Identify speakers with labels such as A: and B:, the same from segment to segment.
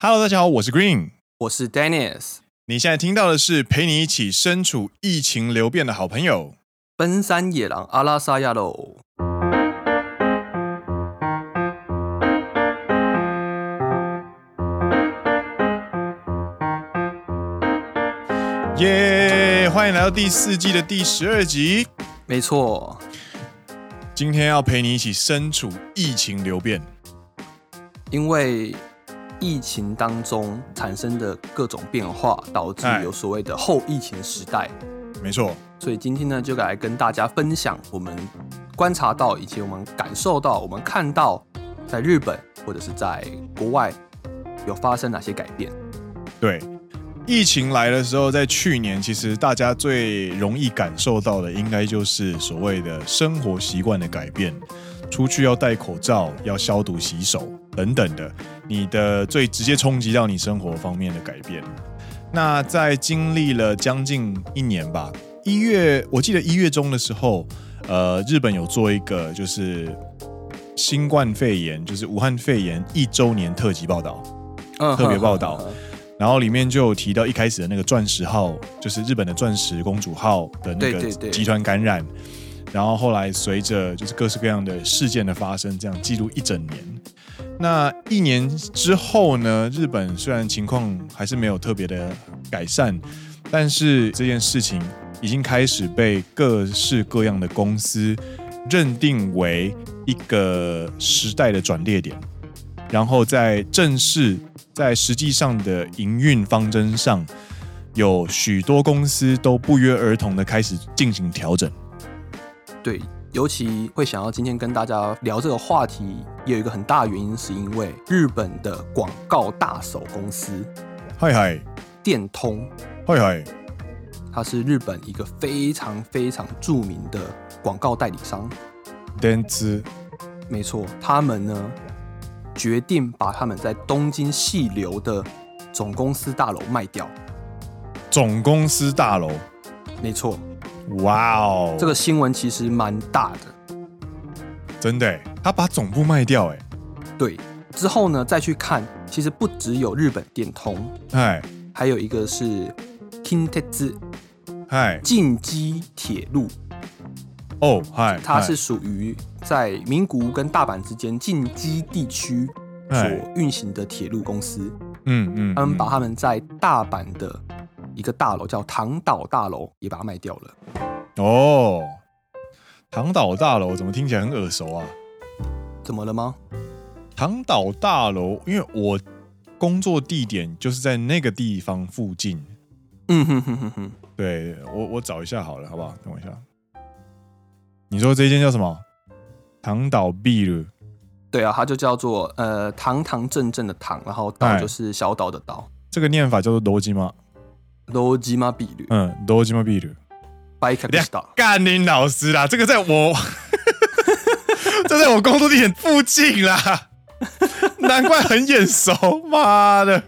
A: Hello，大家好，我是 Green。
B: 我是 Dennis。
A: 你现在听到的是陪你一起身处疫情流变的好朋友。
B: 奔山野狼阿拉萨亚喽，
A: 耶、欢迎来到第四季的第十二集。
B: 没错，
A: 今天要陪你一起身处疫情流变。
B: 因为疫情当中产生的各种变化，导致
A: 哎
B: 有所谓的后疫情时代，
A: 没错，
B: 所以今天呢，就来跟大家分享我们观察到，以及我们感受到，我们看到在日本或者是在国外有发生哪些改变。
A: 对，疫情来的时候，在去年，其实大家最容易感受到的，应该就是所谓的生活习惯的改变，出去要戴口罩、要消毒、洗手等等的，你的最直接冲击到你生活方面的改变。那在经历了将近一年吧，一月我记得一月中的时候，呃，日本有做一个就是新冠肺炎，就是武汉肺炎一周年特辑报道。
B: 嗯
A: 特别报道
B: 哼哼
A: 然后里面就有提到一开始的那个钻石号，就是日本的钻石公主号的那
B: 对
A: 个
B: 对对
A: 集团感染，然后后来随着就是各式各样的事件的发生，这样记录一整年。那一年之后呢，日本虽然情况还是没有特别的改善，但是这件事情已经开始被各式各样的公司认定为一个时代的转捩点。然后在正式在实际上的营运方针上，有许多公司都不约而同的开始进行调整。
B: 哼对，尤其会想要今天跟大家聊这个话题，也有一个很大的原因，是因为日本的广告大手公司
A: 嗨嗨
B: 电通，
A: 嗨嗨，
B: 它是日本一个非常非常著名的广告代理商。
A: 电子
B: 没错，他们呢决定把他们在东京细流的总公司大楼卖掉。
A: 总公司大楼，
B: 没错，
A: 哇哦，
B: 这个新闻其实蛮大的。
A: 真的耶，欸他把总部卖掉，哎，
B: 对，之后呢再去看，其实不只有日本电通，
A: 嗨
B: 还有一个是 Kintetsu
A: 嗨
B: 近畿铁路，
A: 哦嗨，
B: 它
A: 嗨
B: 是属于在名古屋跟大阪之间近畿地区所
A: 嗨
B: 运行的铁路公司。
A: 嗯嗯，
B: 他们
A: 嗯
B: 把他们在大阪的一个大楼叫唐岛大楼也把它卖掉了。
A: 哦，唐岛大楼怎么听起来很耳熟啊？
B: 怎么了吗？
A: 唐岛大楼，因为我工作地点就是在那个地方附近。
B: 嗯哼哼哼哼，
A: 对我，我找一下好了，好不好？等我一下。你说这间叫什么？唐岛碧鲁。
B: 对啊，它就叫做呃堂堂正正的堂，然后岛
A: 哎
B: 就是小岛的岛。
A: 这个念法叫做罗吉吗？
B: 罗吉马比率
A: 嗯，罗吉吗碧鲁。
B: ，By k a
A: 等
B: s t a
A: 干你老师啦！这个在我， 这在我工作地点附近啦，难怪很眼熟。妈的，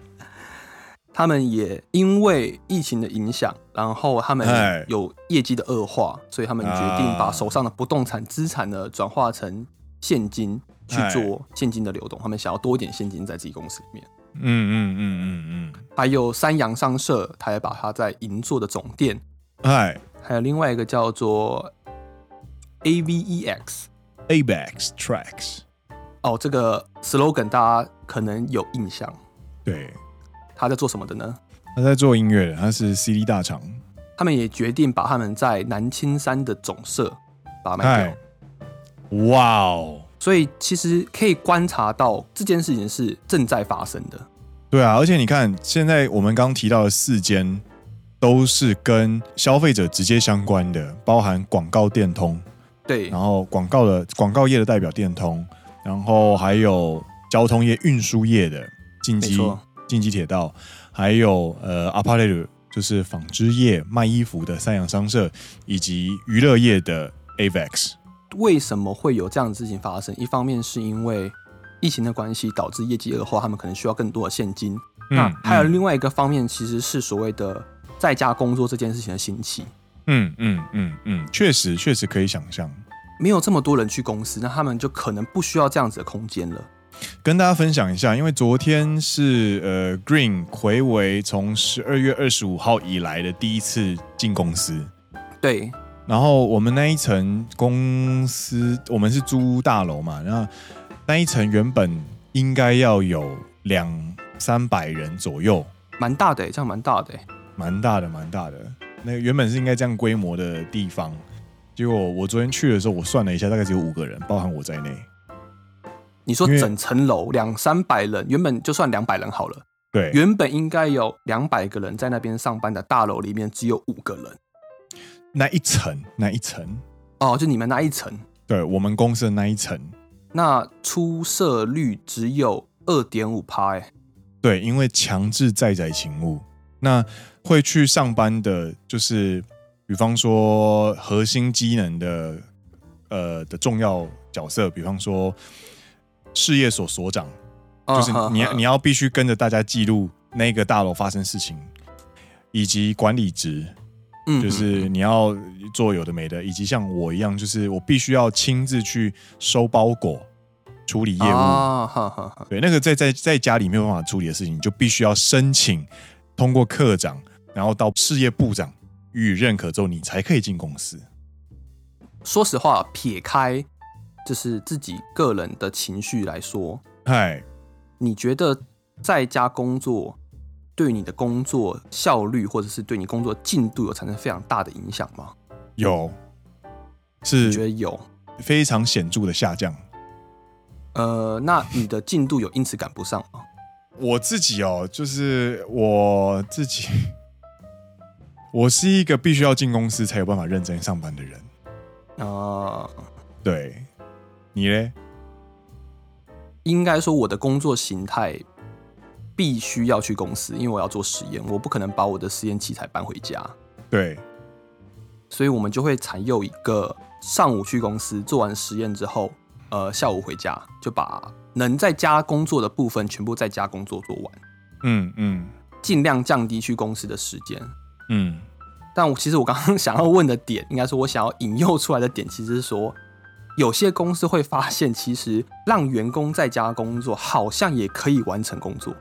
B: 他们也因为疫情的影响，然后他们
A: 哎
B: 有业绩的恶化，所以他们决定把手上的不动产资产呢转化成现金去
A: 哎
B: 做现金的流动。他们想要多一点现金在自己公司里面。
A: 嗯嗯嗯嗯
B: 还有三洋商社，它也把它在银座的总店，
A: 嗯，嗨
B: 还有另外一个叫做 AVEX
A: ，Apex Tracks，
B: 哦，这个 slogan 大家可能有印象，
A: 对，
B: 它在做什么的呢？
A: 他在做音乐的，他是 CD 大厂，
B: 他们也决定把他们在南青山的总社把它卖掉
A: 嗨，，哇哦。
B: 所以其实可以观察到这件事情是正在发生的。
A: 对啊，而且你看，现在我们刚提到的四间都是跟消费者直接相关的，包含广告电通，
B: 对
A: 然，后广告的广告业的代表电通，然后还有交通业、运输业的进
B: 没
A: 击
B: 错
A: 进击铁道，还有呃 apparel 就是纺织业卖衣服的三洋商社，以及娱乐业的 E Avex。
B: 为什么会有这样的事情发生？一方面是因为疫情的关系导致业绩恶化，他们可能需要更多的现金。
A: 嗯
B: 那还有另外一个方面，其实是所谓的在家工作这件事情的兴起，
A: 嗯嗯嗯嗯，确实确实可以想象。
B: 没有这么多人去公司，那他们就可能不需要这样子的空间了。
A: 跟大家分享一下，因为昨天是呃 Green 回为从十二月二十五号以来的第一次进公司，
B: 对，
A: 然后我们那一层公司，我们是租大楼嘛，然后那一层原本应该要有两三百人左右，
B: 蛮大的、欸，这样蛮大的、欸。
A: 蛮大的，蛮大的。那个原本是应该这样规模的地方，结果我昨天去的时候，我算了一下，大概只有五个人，包含我在内。
B: 你说
A: 因为
B: 整层楼两三百人，原本就算两百人好了，
A: 对，
B: 原本应该有两百个人在那边上班的大楼里面只有五个人
A: 那一层，那一层，
B: 哦，就你们那一层，
A: 对我们公司的那一层，
B: 那出社率只有二点五趴，哎、
A: 对，因为强制在宅勤务，那会去上班的，就是比方说核心机能的，呃的重要角色，比方说事业所所长，就
B: 啊
A: 是你要你
B: 要
A: 要必须跟着大家记录那个大楼发生事情，以及管理职，
B: 嗯
A: 就是你要做有的没的，以及像我一样，就是我必须要亲自去收包裹、处理业务。
B: 啊，哈哈哈，
A: 对，那个在在在家里没有办法处理的事情，你就必须要申请，通过科长，然后到事业部长予以认可之后，你才可以进公司。
B: 说实话，撇开就是自己个人的情绪来说，
A: 嗨，
B: 你觉得在家工作对你的工作效率，或者是对你工作进度有产生非常大的影响吗？
A: 有
B: 你觉
A: 是
B: 得有？
A: 非常显著的下降。
B: 呃，那你的进度有因此赶不上吗？
A: 我自己哦，就是我自己， 我是一个必须要进公司才有办法认真上班的人。
B: 呃，
A: 对，你嘞？
B: 应该说我的工作形态必须要去公司，因为我要做实验，我不可能把我的实验器材搬回家，
A: 对，
B: 所以我们就会采用一个上午去公司做完实验之后，呃，下午回家就把能在家工作的部分全部在家工作做完，
A: 嗯嗯
B: 尽量降低去公司的时间。
A: 嗯，
B: 但我其实我刚刚 想要问的点，应该说我想要引诱出来的点，其实是说，有些公司会发现，其实让员工在家工作，好像也可以完成工作。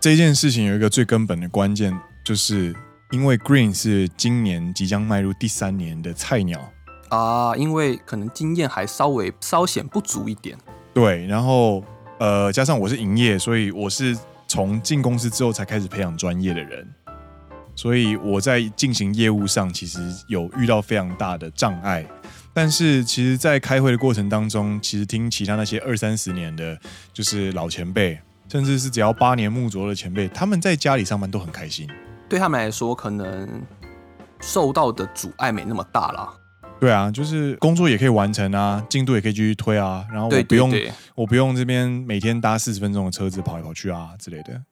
A: 这件事情有一个最根本的关键，就是因为 Green 是今年即将迈入第三年的菜鸟，
B: 啊，因为可能经验还稍微稍显不足一点。
A: 对，然后呃，加上我是营业，所以我是从进公司之后才开始培养专业的人，所以我在进行业务上其实有遇到非常大的障碍。但是其实，在开会的过程当中，其实听其他那些二三十年的，就是老前辈，甚至是只要八年木卓的前辈，他们在家里上班都很开心。
B: 对他们来说，可能受到的阻碍没那么大啦。
A: 对啊，就是工作也可以完成啊，进度也可以继续推啊，然后我
B: 对
A: 不
B: 对
A: 用
B: 对，
A: 我不用这边每天搭四十分钟的车子跑来跑去啊之类的。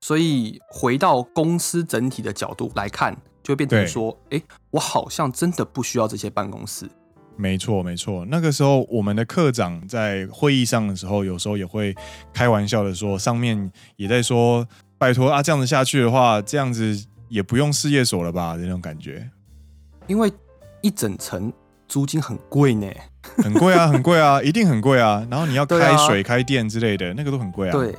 B: 所以回到公司整体的角度来看，就会变成
A: 对
B: 说，哎，我好像真的不需要这些办公室。
A: 没错，没错。那个时候，我们的课长在会议上的时候，有时候也会开玩笑的说，上面也在说，拜托啊，这样子下去的话，这样子也不用事业所了吧？那种感 觉
B: 因为一整层租金很贵呢。
A: 很贵啊，很贵啊，一定很贵啊。然后你要
B: 对
A: 开
B: 啊
A: 水、开电之类的，那个都很贵啊。
B: 对，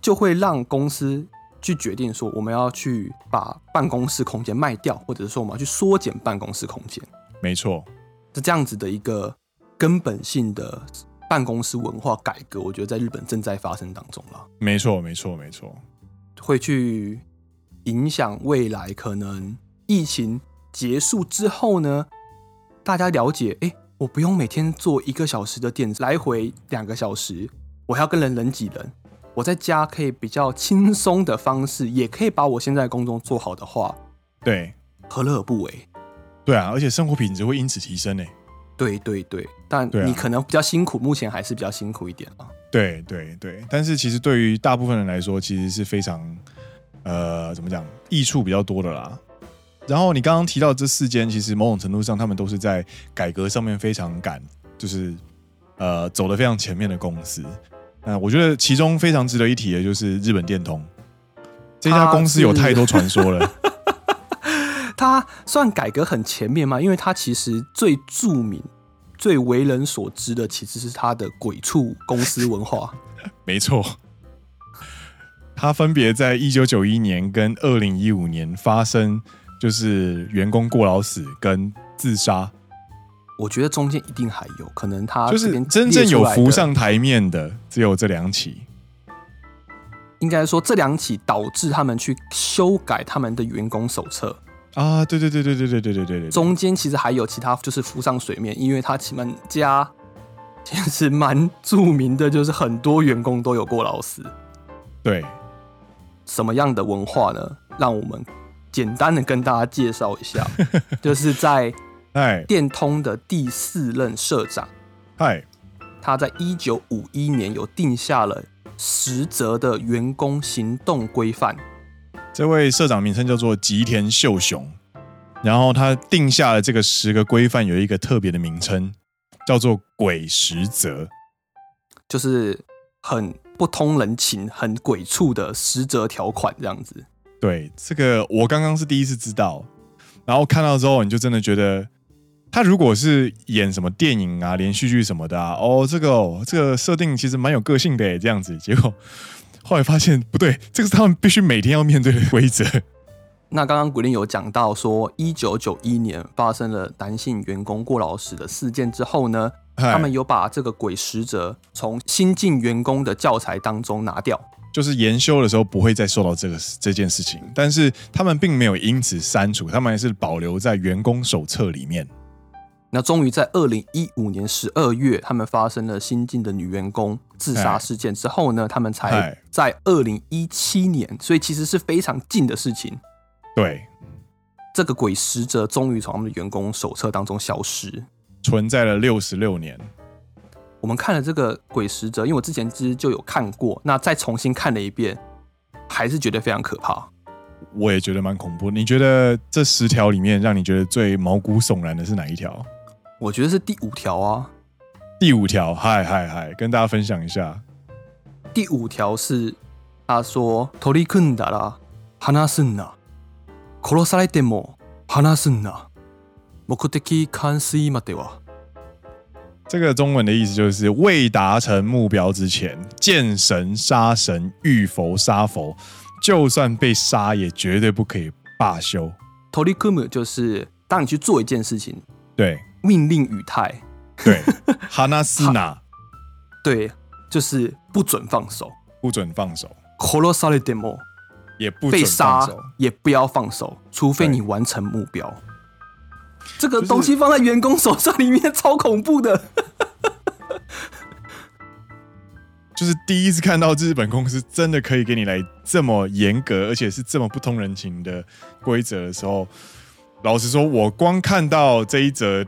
B: 就会让公司去决定说，我们要去把办公室空间卖掉，或者是说我们要去缩减办公室空间，
A: 没错，
B: 是这样子的一个根本性的办公室文化改革，我觉得在日本正在发生当中了，
A: 没错，没错，没错。
B: 会去影响未来可能疫情结束之后呢，大家了解，哎、我不用每天坐一个小时的电来回两个小时，我还要跟人人挤人。我在家可以比较轻松的方式，也可以把我现在的工作做好的话，
A: 对，
B: 何乐而不为？
A: 对啊，而且生活品质会因此提升欸呢。
B: 对对对，但
A: 对啊
B: 你可能比较辛苦，目前还是比较辛苦一点啊。
A: 对对对，但是其实对于大部分人来说，其实是非常呃怎么讲，益处比较多的啦。然后你刚刚提到这四间，其实某种程度上，他们都是在改革上面非常赶，就是呃走得非常前面的公司。那我觉得其中非常值得一提的就是日本电通这家
B: 它
A: 公司有
B: 是
A: 太多传说了。
B: 它算改革很前面嘛，因为它其实最著名最为人所知的其实是它的鬼畜公司 文化。
A: 没错，它分别在一九九一年跟二零一五年发生，就是员工过劳死跟自杀，
B: 我觉得中间一定还有可能它
A: 就
B: 啊这
A: 是
B: 边
A: 真
B: 列
A: 正
B: 出
A: 有
B: 来
A: 浮
B: 的
A: 上台面的只有这两起。
B: 应该说这两起导致他们去修改他们的员工手册，
A: 啊，对对对对对对对对对对，
B: 中间其实还有其他就是浮上水面，因为他们家 其实蛮著名的，就是很多员工都有过劳死。
A: 对，
B: 什么样的文化呢？让我们简单的跟大家介绍 一下，就是在
A: 嗨
B: 电通的第四任社长，
A: 嗨，
B: 他在一九五一年有定下了实则的员工行动规范。
A: 这位社长名称叫做吉田秀雄，然后他定下了这个十个规范，有一个特别的名称，叫做“鬼十则
B: 就是很不通人情、很鬼畜的实则条款这样子。”。
A: 对，这个我刚刚是第一次知道，然后看到之后，你就真的觉得。他如果是演什么电影啊、连续剧什么的啊，哦，这个、哦、这个设定其实蛮有个性的耶，这样子。结果后来发现不对，这个是他们必须每天要面对的规 则。
B: 那刚刚古令有讲到说，一九九一年发生了男性员工过劳死的事件之后呢，
A: 他
B: 他们有把这个鬼使者从新进员工的教材当中拿掉。
A: 就是研修的时候不会再受到这个这件事情，但是他们并没有因此删除，他们还是保留在员工手册里面。
B: 那终于在二零一五年十二月，他们发生了新进的女员工自杀事件之后呢，他们才
A: 哎
B: 在二零一七年，所以其实是非常近的事情。
A: 对，
B: 这个鬼使者终于从他们的员工手册当中消失。
A: 存在了六十六年。
B: 我们看了这个《鬼使者》，因为我之前其实就有看过，那再重新看了一遍，还是觉得非常可怕。
A: 我也觉得蛮恐怖。你觉得这十条里面，让你觉得最毛骨悚然的是哪一条？
B: 我觉得是第五条啊，
A: 第五条，嗨嗨嗨，跟大家分享一下。
B: 第五条是他说“取り組んだら話すんな、殺されても話すんな、目的完遂までは
A: 这个中文的意思就是未达成目标之前，见神杀神，遇佛杀佛，就算被杀也绝对不可以罢休。
B: 取り組む”，就是当你去做一件事情，
A: 对
B: 命令语态，
A: 对，哈纳斯纳。
B: 对，就是不准放手。
A: 不准放手，
B: 殺されても
A: 也不
B: 被
A: 准放
B: 杀
A: 手。
B: 也不要放手，除非
A: 对
B: 你完成目标。这个
A: 就是
B: 东西放在员工手上里面超恐怖的，
A: 就是第一次看到日本公司真的可以给你来这么严格，而且是这么不通人情的规则的时候，老实说，我光看到这一则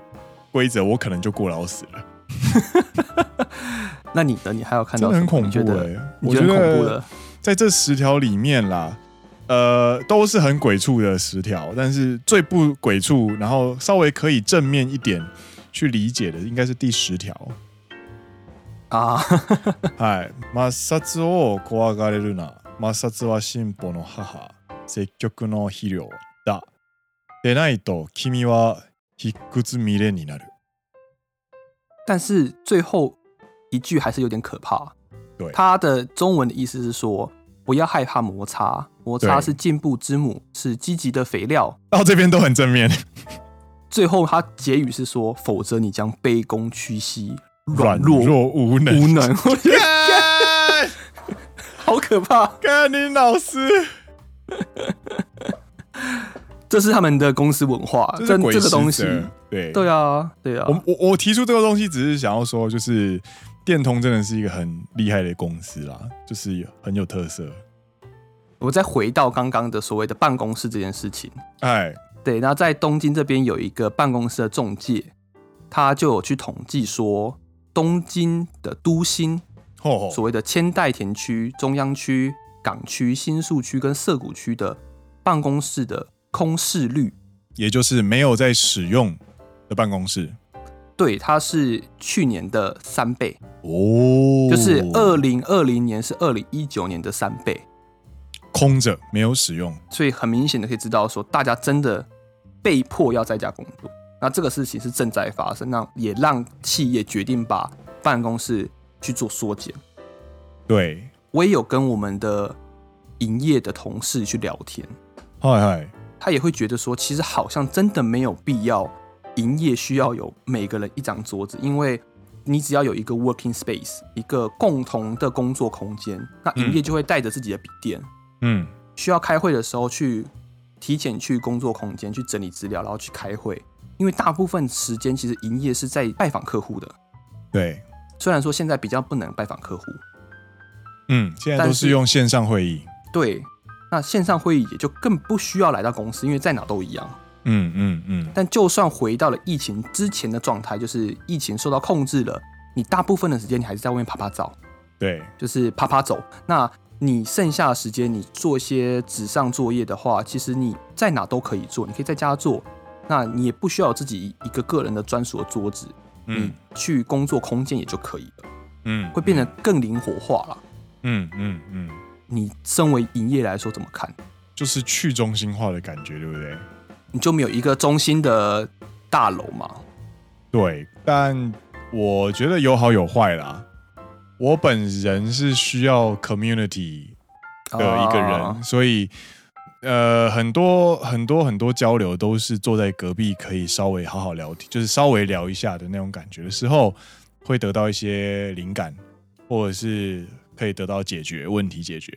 A: 规则，我可能就过劳死了，
B: 那你呢？你还有看
A: 真
B: 到
A: 的
B: 什
A: 很
B: 么？
A: 恐
B: 你觉
A: 怖哎、
B: 得你
A: 我
B: 觉
A: 觉
B: 得很恐怖
A: 得
B: 的？
A: 在这十条里面啦，呃，都是很鬼畜的十条，但是最不鬼畜，然后稍微可以正面一点去理解的，应该是第十条。
B: 啊？
A: はい。抹殺を怖がれるな。抹殺は進歩の母。積極の肥料だ。でないと君は卑屈未練になる。
B: 但是最后一句还是有点可怕。
A: 对
B: 它的中文的意思是说，不要害怕摩擦，摩擦
A: 对
B: 是进步之母，是积极的肥料。
A: 到这边都很正面，
B: 最后它结语是说，否则你将卑躬屈膝，软弱
A: 弱无能。
B: 无 能。我觉得
A: 干
B: 好可怕。
A: 干你老师，
B: 这是他们的公司文化，
A: 这
B: 这
A: 是鬼
B: 这个东
A: 使
B: 西，
A: 者对
B: 对啊，对啊
A: 我。我我提出这个东西，只是想要说，就是电通真的是一个很厉害的公司啦，就是很有特色。
B: 我再回到刚刚的所谓的办公室这件事情，
A: 哎，
B: 对，那在东京这边有一个办公室的中介，他就有去统计说，东京的都心
A: 吼
B: 所
A: 吼，
B: 谓的千代田区、中央区、港区、新宿区跟涩谷区的办公室的空室率，
A: 也就是没有在使用的办公室。
B: 对，它是去年的三倍，
A: 哦，
B: 就是二零二零年是二零一九年的三倍。
A: 空着没有使用，
B: 所以很明显的可以知道说，大家真的被迫要在家工作。那这个事情是正在发生，那也让企业决定把办公室去做缩减。
A: 对，
B: 我也有跟我们的营业的同事去聊天，
A: 嗨嗨，
B: 他也会觉得说，其实好像真的没有必要，营业需要有每个人一张桌子，因为你只要有一个 working space，一个共同的工作空间，那营业就会带着自己的笔电，
A: 嗯，
B: 需要开会的时候去提前去工作空间去整理资料，然后去开会。因为大部分时间其实营业是在拜访客户的，
A: 对，
B: 虽然说现在比较不能拜访客户，
A: 嗯，现在都
B: 但
A: 是
B: 是
A: 用线上会议，
B: 对，那线上会议也就更不需要来到公司，因为在哪都一样。
A: 嗯嗯嗯，
B: 但就算回到了疫情之前的状态，就是疫情受到控制了，你大部分的时间你还是在外面爬爬照，
A: 对，
B: 就是爬爬走。那你剩下的时间，你做一些纸上作业的话，其实你在哪都可以做，你可以在家做，那你也不需要有自己一个个人的专属的桌子，
A: 嗯
B: 你去工作空间也就可以了，
A: 嗯，
B: 会变得更灵活化了。
A: 嗯，嗯嗯嗯，
B: 你身为营业来说怎么看？
A: 就是去中心化的感觉，对不对？
B: 你就没有一个中心的大楼嘛？
A: 对，但我觉得有好有坏啦。我本人是需要 community 的一个人，
B: 啊
A: 所以呃，很多很多很多交流都是坐在隔壁，可以稍微好好聊天，就是稍微聊一下的那种感觉的时候，会得到一些灵感，或者是可以得到解决问题解决。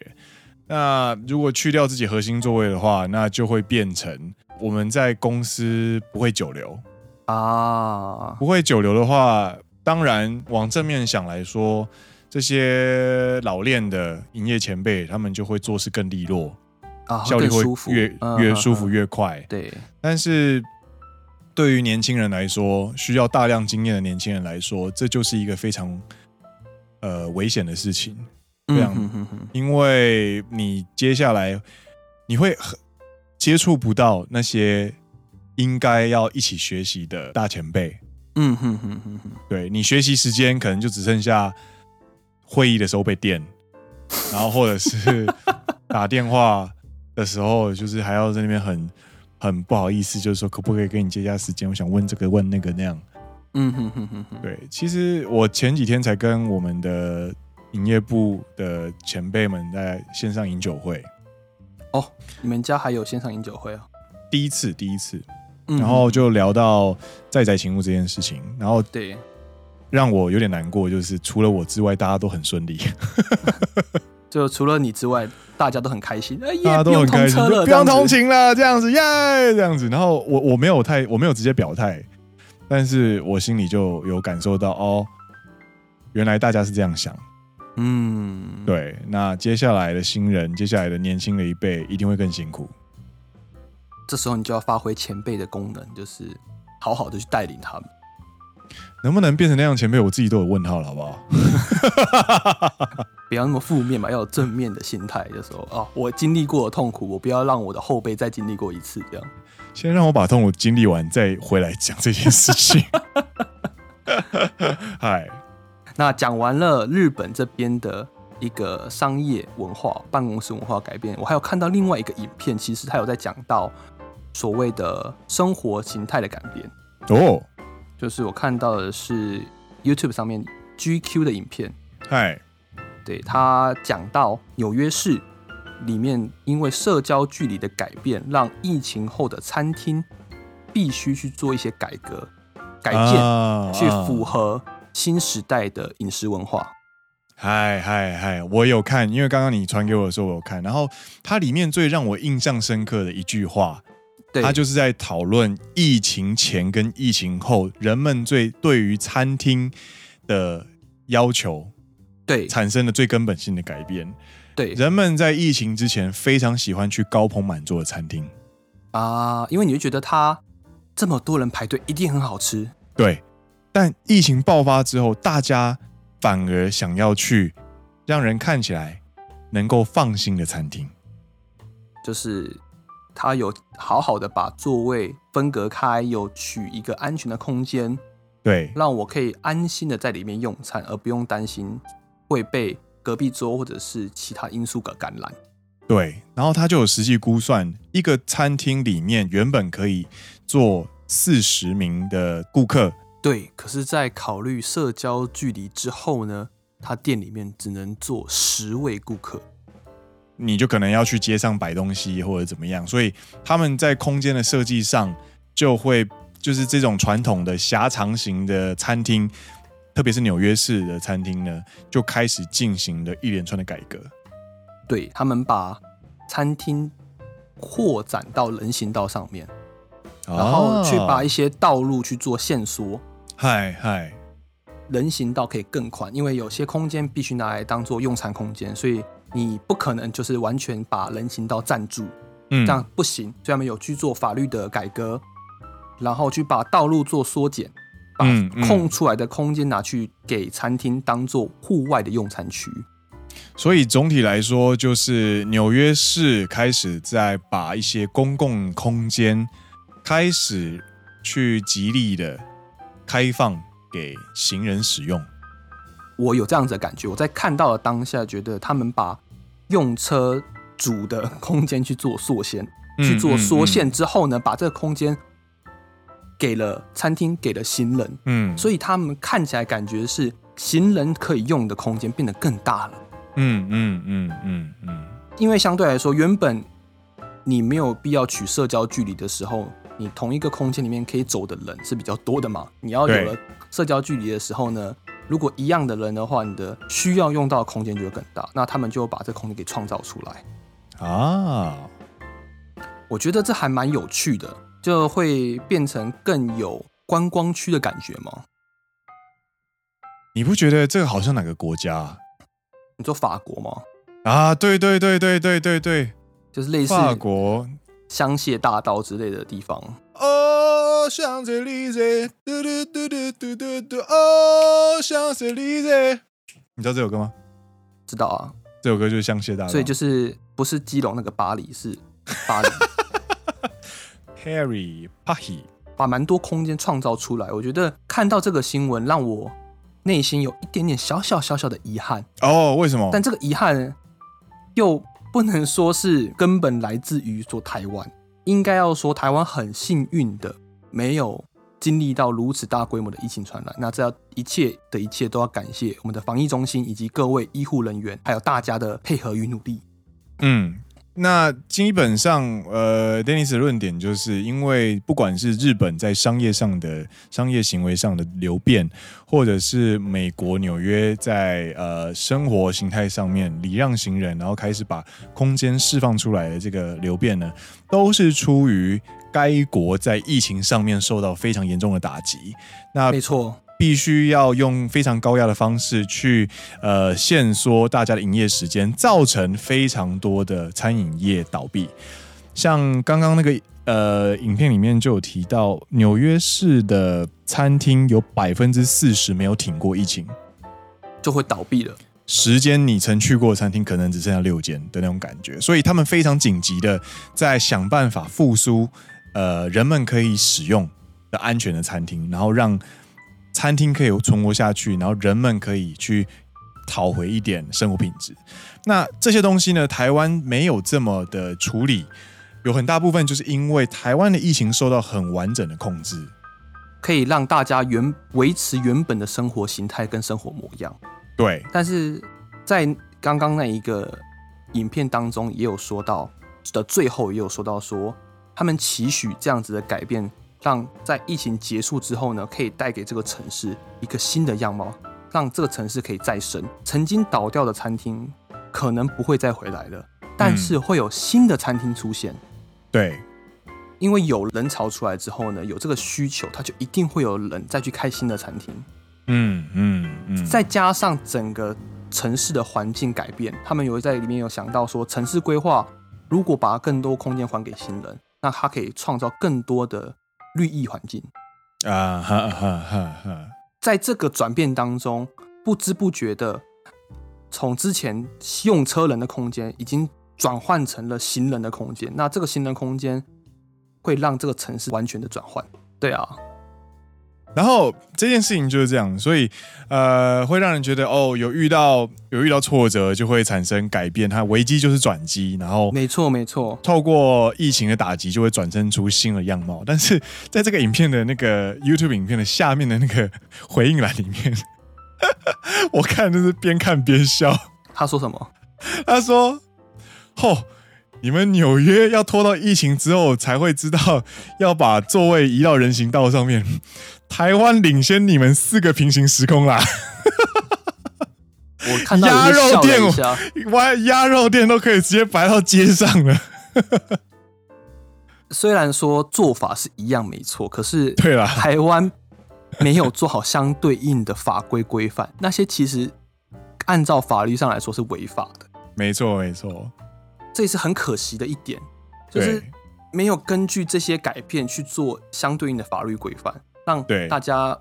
A: 那如果去掉自己核心座位的话，那就会变成我们在公司不会久留，
B: 啊，
A: 不会久留的话，当然往正面想来说，这些老练的营业前辈，他们就会做事更利落，
B: 啊，
A: 效率
B: 更
A: 会
B: 舒服，
A: 越
B: 嗯
A: 越舒。服
B: 嗯嗯
A: 越快。
B: 对，
A: 但是对于年轻人来说，需要大量经验的年轻人来说，这就是一个非常呃危险的事情，这样
B: 嗯哼哼哼
A: 因为你接下来你会很接触不到那些应该要一起学习的大前辈。
B: 嗯哼哼哼哼，
A: 对你学习时间可能就只剩下会议的时候被电，然后或者是打电话的时候，就是还要在那边很很不好意思，就是说可不可以跟你借一下时间？我想问这个问那个那样。
B: 嗯哼哼哼哼，
A: 对，其实我前几天才跟我们的营业部的前辈们在线上饮酒会，
B: 哦，你们家还有线上饮酒会啊？
A: 第一次第一次，
B: 嗯
A: 然后就聊到在宅勤务这件事情，然后
B: 对，
A: 让我有点难过，就是除了我之外，大家都很顺利。
B: 就除了你之外，大家都很开心，哎耶，
A: 大家都
B: 不
A: 很
B: 用
A: 开
B: 通
A: 心，
B: 车
A: 就
B: 了，
A: 不用
B: 这样
A: 同
B: 子，
A: 情了，这样子耶，这样子。然后我我没有太我没有直接表态，但是我心里就有感受到哦，原来大家是这样想。
B: 嗯，，
A: 对，那接下来的新人，接下来的年轻的一辈一定会更辛苦。
B: 这时候你就要发挥前辈的功能，就是好好的去带领他们。
A: 能不能变成那样前辈，我自己都有问号了，好不 好？
B: 不要那么负面嘛，要有正面的心态。就说啊，我经历过的痛苦，我不要让我的后辈再经历过一次。这样，
A: 先让我把痛苦经历完，再回来讲这件事 情。 嗨，
B: 那讲完了日本这边的一个商业文化、办公室文化改变，我还有看到另外一个影片，其实它有在讲到所谓的生活形态的改变。
A: 哦，
B: 就是我看到的是 YouTube 上面 GQ 的影片，
A: 嗨，
B: 对他讲到纽约市里面，因为社交距离的改变，让疫情后的餐厅必须去做一些改革、改建，
A: 啊
B: 去符。合新时代的饮食文化。
A: 嗨嗨嗨！我有看，因为刚刚你传给我的时候我有看，然后它里面最让我印象深刻的一句话，
B: 对，
A: 它就是在讨论疫情前跟疫情后人们最对于餐厅的要求
B: 对
A: 产生的最根本性的改变。
B: 对
A: 人们在疫情之前非常喜欢去高朋满座的餐厅，
B: 啊，因为你会觉得它这么多人排队，一定很好吃。
A: 对，但疫情爆发之后，大家反而想要去让人看起来能够放心的餐厅。
B: 就是它有好好的把座位分隔开，有取一个安全的空间，
A: 对，
B: 让我可以安心的在里面用餐，而不用担心会被隔壁桌或者是其他因素给感染。
A: 对，然后他就有实际估算，一个餐厅里面原本可以坐四十名的顾客，
B: 对，可是，在考虑社交距离之后呢，他店里面只能坐十位顾客。
A: 你就可能要去街上摆东西或者怎么样，所以他们在空间的设计上就会就是这种传统的狭长型的餐厅，特别是纽约市的餐厅呢，就开始进行了一连串的改革。
B: 对他们把餐厅扩展到人行道上面，然后去把
A: 哦
B: 一些道路去做限缩，
A: 嗨嗨，
B: 人行道可以更宽，因为有些空间必须拿来当做用餐空间，所以你不可能就是完全把人行道占住，
A: 嗯，
B: 这样不行。所以他们有去做法律的改革，然后去把道路做缩减，把
A: 嗯嗯
B: 空出来的空间拿去给餐厅当做户外的用餐区。
A: 所以总体来说，就是纽约市开始在把一些公共空间开始去极力的开放给行人使用。
B: 我有这样子的感觉，我在看到的当下，觉得他们把用车主的空间去做缩限，
A: 嗯
B: 去做缩
A: 嗯
B: 限之后呢，把这个空间给了餐厅，给了行人，
A: 嗯，
B: 所以他们看起来感觉是行人可以用的空间变得更大了。
A: 嗯嗯嗯嗯嗯，
B: 因为相对来说，原本你没有必要取社交距离的时候，你同一个空间里面可以走的人是比较多的嘛。你要
A: 对
B: 有了社交距离的时候呢，如果一样的人的话，你的需要用到的空间就会更大。那他们就把这空间给创造出来。
A: 啊，
B: 我觉得这还蛮有趣的，就会变成更有观光区的感觉嘛。
A: 你不觉得这个好像哪个国家啊？
B: 你说法国吗？
A: 啊，对对对对对对对，
B: 就是类似
A: 法国。
B: 香榭大道之类的地方。
A: 哦，香榭丽舍，嘟嘟嘟嘟嘟嘟嘟，哦，香榭丽舍。你知道这首歌吗？
B: 知道啊，
A: 这首歌就是香榭大道，
B: 所以就是不是基隆那个巴黎，是巴黎。
A: Harry Pahi。
B: 把蛮多空间创造出来。我觉得看到这个新闻，让我内心有一点点小小小小的遗憾，
A: 哦，为什么？
B: 但这个遗憾又不能说是根本来自于说台湾，应该要说台湾很幸运的没有经历到如此大规模的疫情传染。那这要一切的一切都要感谢我们的防疫中心以及各位医护人员，还有大家的配合与努力。
A: 嗯，那基本上，呃，Dennis 的论点就是因为不管是日本在商业上的商业行为上的流变，或者是美国纽约在呃生活形态上面礼让行人，然后开始把空间释放出来的这个流变呢，都是出于该国在疫情上面受到非常严重的打击。那
B: 没错，
A: 必须要用非常高压的方式去呃限缩大家的营业时间，造成非常多的餐饮业倒闭。像刚刚那个呃影片里面就有提到，纽约市的餐厅有百分之四十没有挺过疫情，
B: 就会倒闭了。
A: 时间你曾去过的餐厅可能只剩下六间的那种感觉，所以他们非常紧急的在想办法复苏，呃，人们可以使用的安全的餐厅，然后让餐厅可以存活下去，然后人们可以去讨回一点生活品质。那这些东西呢，台湾没有这么的处理，有很大部分就是因为台湾的疫情受到很完整的控制。
B: 可以让大家原维持原本的生活形态跟生活模样，
A: 对，
B: 但是在刚刚那一个影片当中，也有说到的最后也有说到说，他们期许这样子的改变，让在疫情结束之后呢，可以带给这个城市一个新的样貌，让这个城市可以再生。曾经倒掉的餐厅可能不会再回来了，但是会有新的餐厅出现。
A: 对，
B: 因为有人潮出来之后呢，有这个需求，它就一定会有人再去开新的餐厅。
A: 嗯嗯嗯，
B: 再加上整个城市的环境改变，他们有在里面有想到说，城市规划如果把更多空间还给新人，那它可以创造更多的绿意环境。
A: 啊哈哈哈哈，
B: 在这个转变当中，不知不觉的，从之前用车人的空间已经转换成了行人的空间。那这个行人空间会让这个城市完全的转换。对啊，
A: 然后这件事情就是这样，所以呃，会让人觉得哦，有遇到有遇到挫折，就会产生改变。它危机就是转机，然后
B: 没错没错，
A: 透过疫情的打击，就会转生出新的样貌。但是在这个影片的那个 YouTube 影片的下面的那个回应栏里面， 我看就是边看边笑。
B: 他说什么？
A: 他说：“吼、你们纽约要拖到疫情之后才会知道要把座位移到人行道上面，台湾领先你们四个平行时空啦！
B: 我看到有人笑了一下，
A: 哇，鸭肉店都可以直接摆到街上了。
B: 虽然说做法是一样没错，可是
A: 对啊啦
B: 台湾没有做好相对应的法规规范，那些其实按照法律上来说是违法的，
A: 没错，没错，
B: 这也是很可惜的一点，就
A: 对、
B: 是没有根据这些改变去做相对应的法律规范，让
A: 对
B: 大家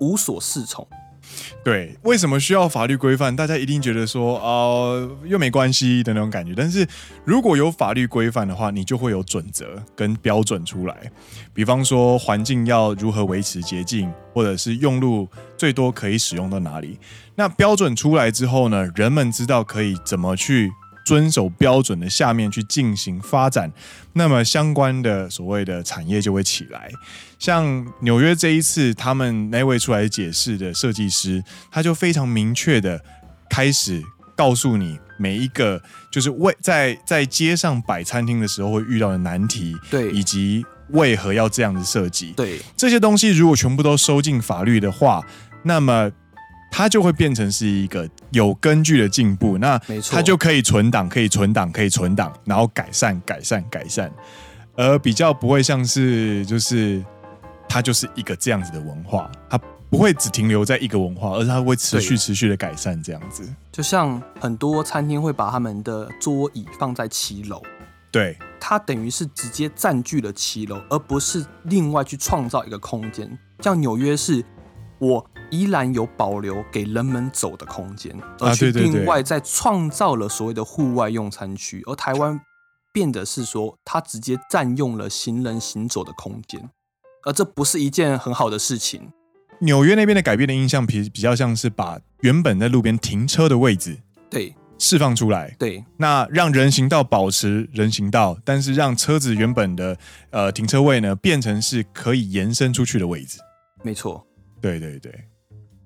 B: 无所适从。
A: 对，为什么需要法律规范？大家一定觉得说，哦、又没关系的那种感觉。但是如果有法律规范的话，你就会有准则跟标准出来。比方说，环境要如何维持洁净，或者是用路最多可以使用到哪里。那标准出来之后呢，人们知道可以怎么去遵守标准的下面去进行发展，那么相关的所谓的产业就会起来。像纽约这一次，他们那位出来解释的设计师，他就非常明确的开始告诉你每一个就是为在在街上摆餐厅的时候会遇到的难题，
B: 对
A: 以及为何要这样子设计。
B: 对，
A: 这些东西如果全部都收进法律的话，那么它就会变成是一个有根据的进步。那
B: 没错
A: 它就可以存档，可以存档，可以存档，然后改善、改善、改善，而比较不会像是就是它就是一个这样子的文化，它不会只停留在一个文化，而是它会持续、
B: 对
A: 持续的改善这样子。
B: 就像很多餐厅会把他们的桌椅放在七楼，
A: 对，
B: 它等于是直接占据了七楼，而不是另外去创造一个空间。像纽约是，我依然有保留给人们走的空间，而去
A: 啊对对对
B: 另外再创造了所谓的户外用餐区。而台湾变得是说，它直接占用了行人行走的空间，而这不是一件很好的事情。
A: 纽约那边的改变的印象比比较像是把原本在路边停车的位置
B: 对
A: 释放出来。
B: 对，
A: 那让人行道保持人行道，但是让车子原本的呃停车位呢，变成是可以延伸出去的位置。
B: 没错。
A: 对对对，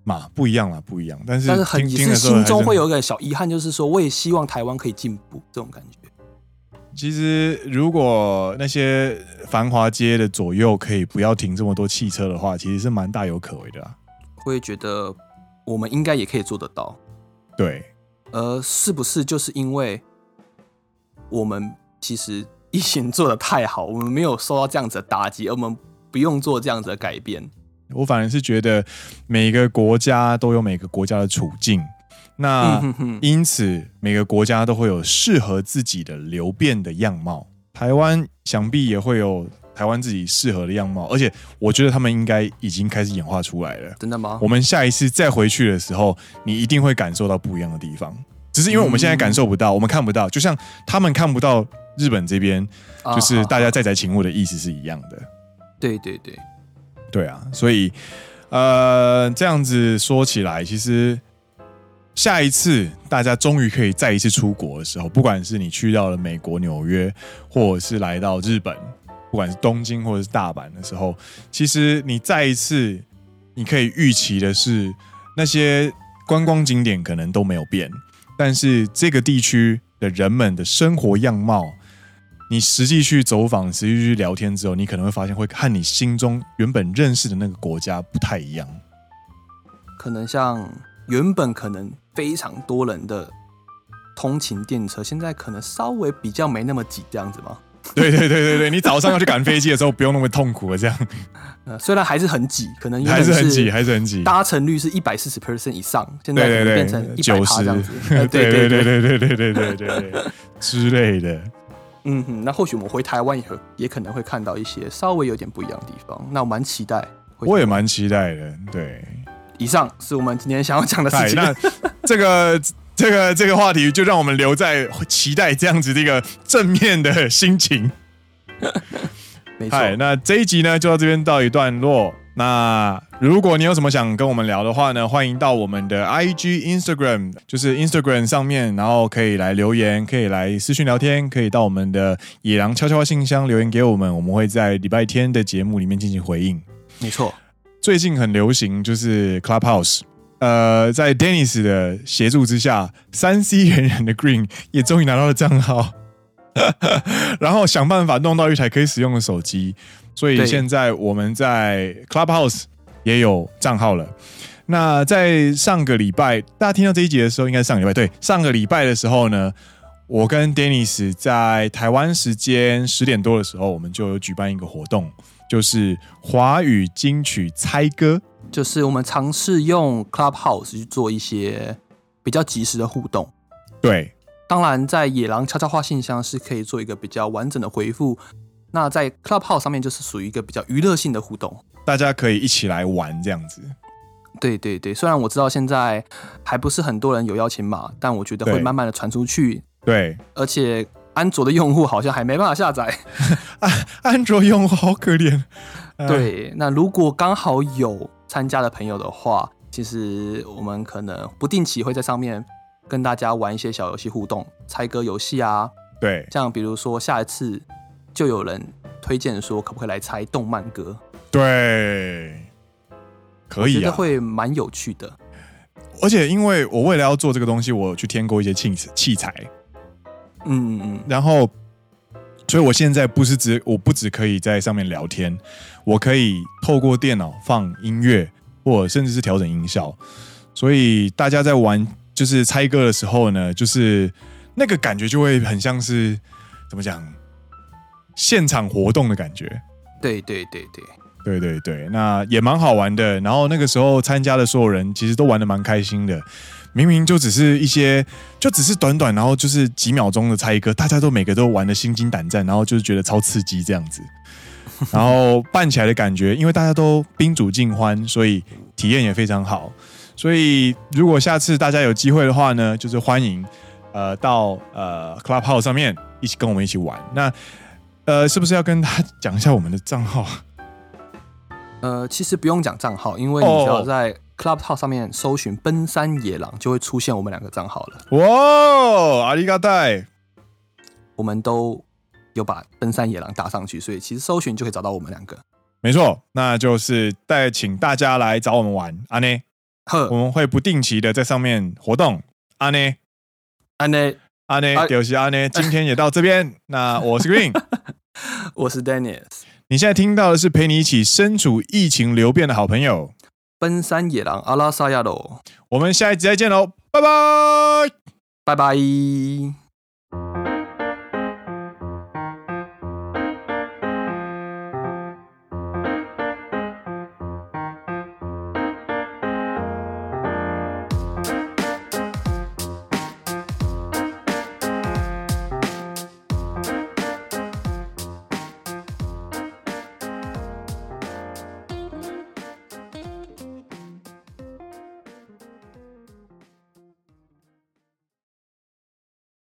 A: 嘛不一样啦，不一样。但是
B: 但是很
A: 听
B: 也
A: 听的
B: 是
A: 时候还
B: 心
A: 是
B: 中会有一个小遗憾，就是说，我也希望台湾可以进步这种感觉。
A: 其实如果那些繁华街的左右可以不要停这么多汽车的话，其实是蛮大有可为的、啊。
B: 会觉得我们应该也可以做得到。
A: 对，
B: 而是不是就是因为我们其实疫情做得太好，我们没有受到这样子的打击，而我们不用做这样子的改变？
A: 我反而是觉得每个国家都有每个国家的处境，那、
B: 嗯哼哼，
A: 因此，每个国家都会有适合自己的流变的样貌。台湾想必也会有台湾自己适合的样貌，而且我觉得他们应该已经开始演化出来了。
B: 真的吗
A: 我？们下一次再回去的时候，你一定会感受到不一样的地方。只是因为我们现在感受不到，我们看不到，就像他们看不到日本这边，
B: 啊
A: 就是大
B: 好
A: 家在宅勤务的意思是一样的。
B: 对对对，
A: 对啊，所以呃，这样子说起来，其实下一次大家终于可以再一次出国的时候，不管是你去到了美国纽约，或者是来到日本，不管是东京或者是大阪的时候，其实你再一次，你可以预期的是那些观光景点可能都没有变，但是这个地区的人们的生活样貌。你实际去走访、实际去聊天之后，你可能会发现，会和你心中原本认识的那个国家不太一样。
B: 可能像原本可能非常多人的通勤电车，现在可能稍微比较没那么挤这样子吗？
A: 对对对对对，你早上要去赶飞机的时候，不用那么痛苦了，这样
B: 呃，虽然还是很挤，可能原
A: 还
B: 本
A: 是很挤，还是很挤。
B: 搭乘率是一百四十 percent 以上，现在可
A: 对
B: 能
A: 对
B: 变成
A: 对，
B: 一百
A: 九
B: 趴
A: 十
B: 这样子。，呃
A: 对对对
B: 对
A: 对对对对对对对之类的。
B: 嗯哼，那或许我们回台湾以后，也可能会看到一些稍微有点不一样的地方。那我蛮期待。会
A: 我也蛮期待的，对。
B: 以上是我们今天想 要讲的
A: 嗨
B: 事，情。
A: 那这个这个这个话题就让我们留在期待这样子的一个正面的心情。
B: 没错，
A: 嗨，那这一集呢就到这边到一段落。那如果你有什么想跟我们聊的话呢，欢迎到我们的 IG、Instagram，就是 Instagram 上面，然后可以来留言，可以来私讯聊天，可以到我们的野狼悄悄话信箱留言给我们，我们会在礼拜天的节目里面进行回应。
B: 没错，
A: 最近很流行就是 Clubhouse。呃，在 Dennis 的协助之下，三 C 元人的 Green 也终于拿到了账号， 然后想办法弄到一台可以使用的手机。所以
B: 对
A: 现在我们在 Clubhouse 也有账号了。那在上个礼拜，大家听到这一集的时候，应该是上个礼拜对，上个礼拜的时候呢，我跟 Dennis 在台湾时间十点多的时候，我们就有举办一个活动，就是华语金曲猜歌。
B: 就是我们尝试用 Clubhouse 去做一些比较及时的互动。
A: 对，
B: 当然，在野狼悄悄话信箱是可以做一个比较完整的回复。那在 Clubhouse 上面就是属于一个比较娱乐性的互动。
A: 大家可以一起来玩这样子。
B: 对对对，虽然我知道现在还不是很多人有邀请码，但我觉得会
A: 对
B: 慢慢的传出去，
A: 对，
B: 而且安卓的用户好像还没办法下载。
A: 安卓用户好可怜。哎
B: 对，那如果刚好有参加的朋友的话，其实我们可能不定期会在上面跟大家玩一些小游戏互动，猜歌游戏啊，
A: 对，
B: 像比如说下一次就有人推荐说可不可以来猜动漫歌，
A: 对，可
B: 觉
A: 以
B: 得
A: 啊。
B: 会蛮有趣的。
A: 而且因为我为了要做这个东西，我有去添购一些器器材，
B: 嗯嗯嗯，
A: 然后，所以我现在不是只我不只可以在上面聊天，我可以透过电脑放音乐，或甚至是调整音效。所以大家在玩就是猜歌的时候呢，就是那个感觉就会很像是怎么讲，现场活动的感觉。
B: 对对对对，
A: 对对对，那也蛮好玩的。然后那个时候参加的所有人其实都玩的蛮开心的，明明就只是一些，就只是短短，然后就是几秒钟的猜歌，大家都每个都玩的心惊胆战，然后就是觉得超刺激这样子。然后办起来的感觉，因为大家都宾主尽欢，所以体验也非常好。所以如果下次大家有机会的话呢，就是欢迎呃到呃 Clubhouse 上面一起跟我们一起玩。那呃是不是要跟大家讲一下我们的账号？
B: 呃，其实不用讲账号，因为你只
A: 哦
B: 要在 Clubhouse 上面搜寻“奔山野狼”，就会出现我们两个账号了。
A: 哇，阿里嘎带，
B: 我们都有把“奔山野狼”打上去，所以其实搜寻就可以找到我们两个。
A: 没错，那就是带请大家来找我们玩，阿、内，我
B: 呵，
A: 们会不定期的在上面活动，阿、内，
B: 安内，
A: 阿、内，
B: 啊
A: 丢西阿内，今天也到这边，那我是 Green，
B: 我是 Dennis，
A: 你现在听到的是陪你一起身处疫情流变的好朋友，
B: 奔山野狼阿拉萨亚罗，
A: 我们下一集再见喽，拜拜。
B: 拜拜。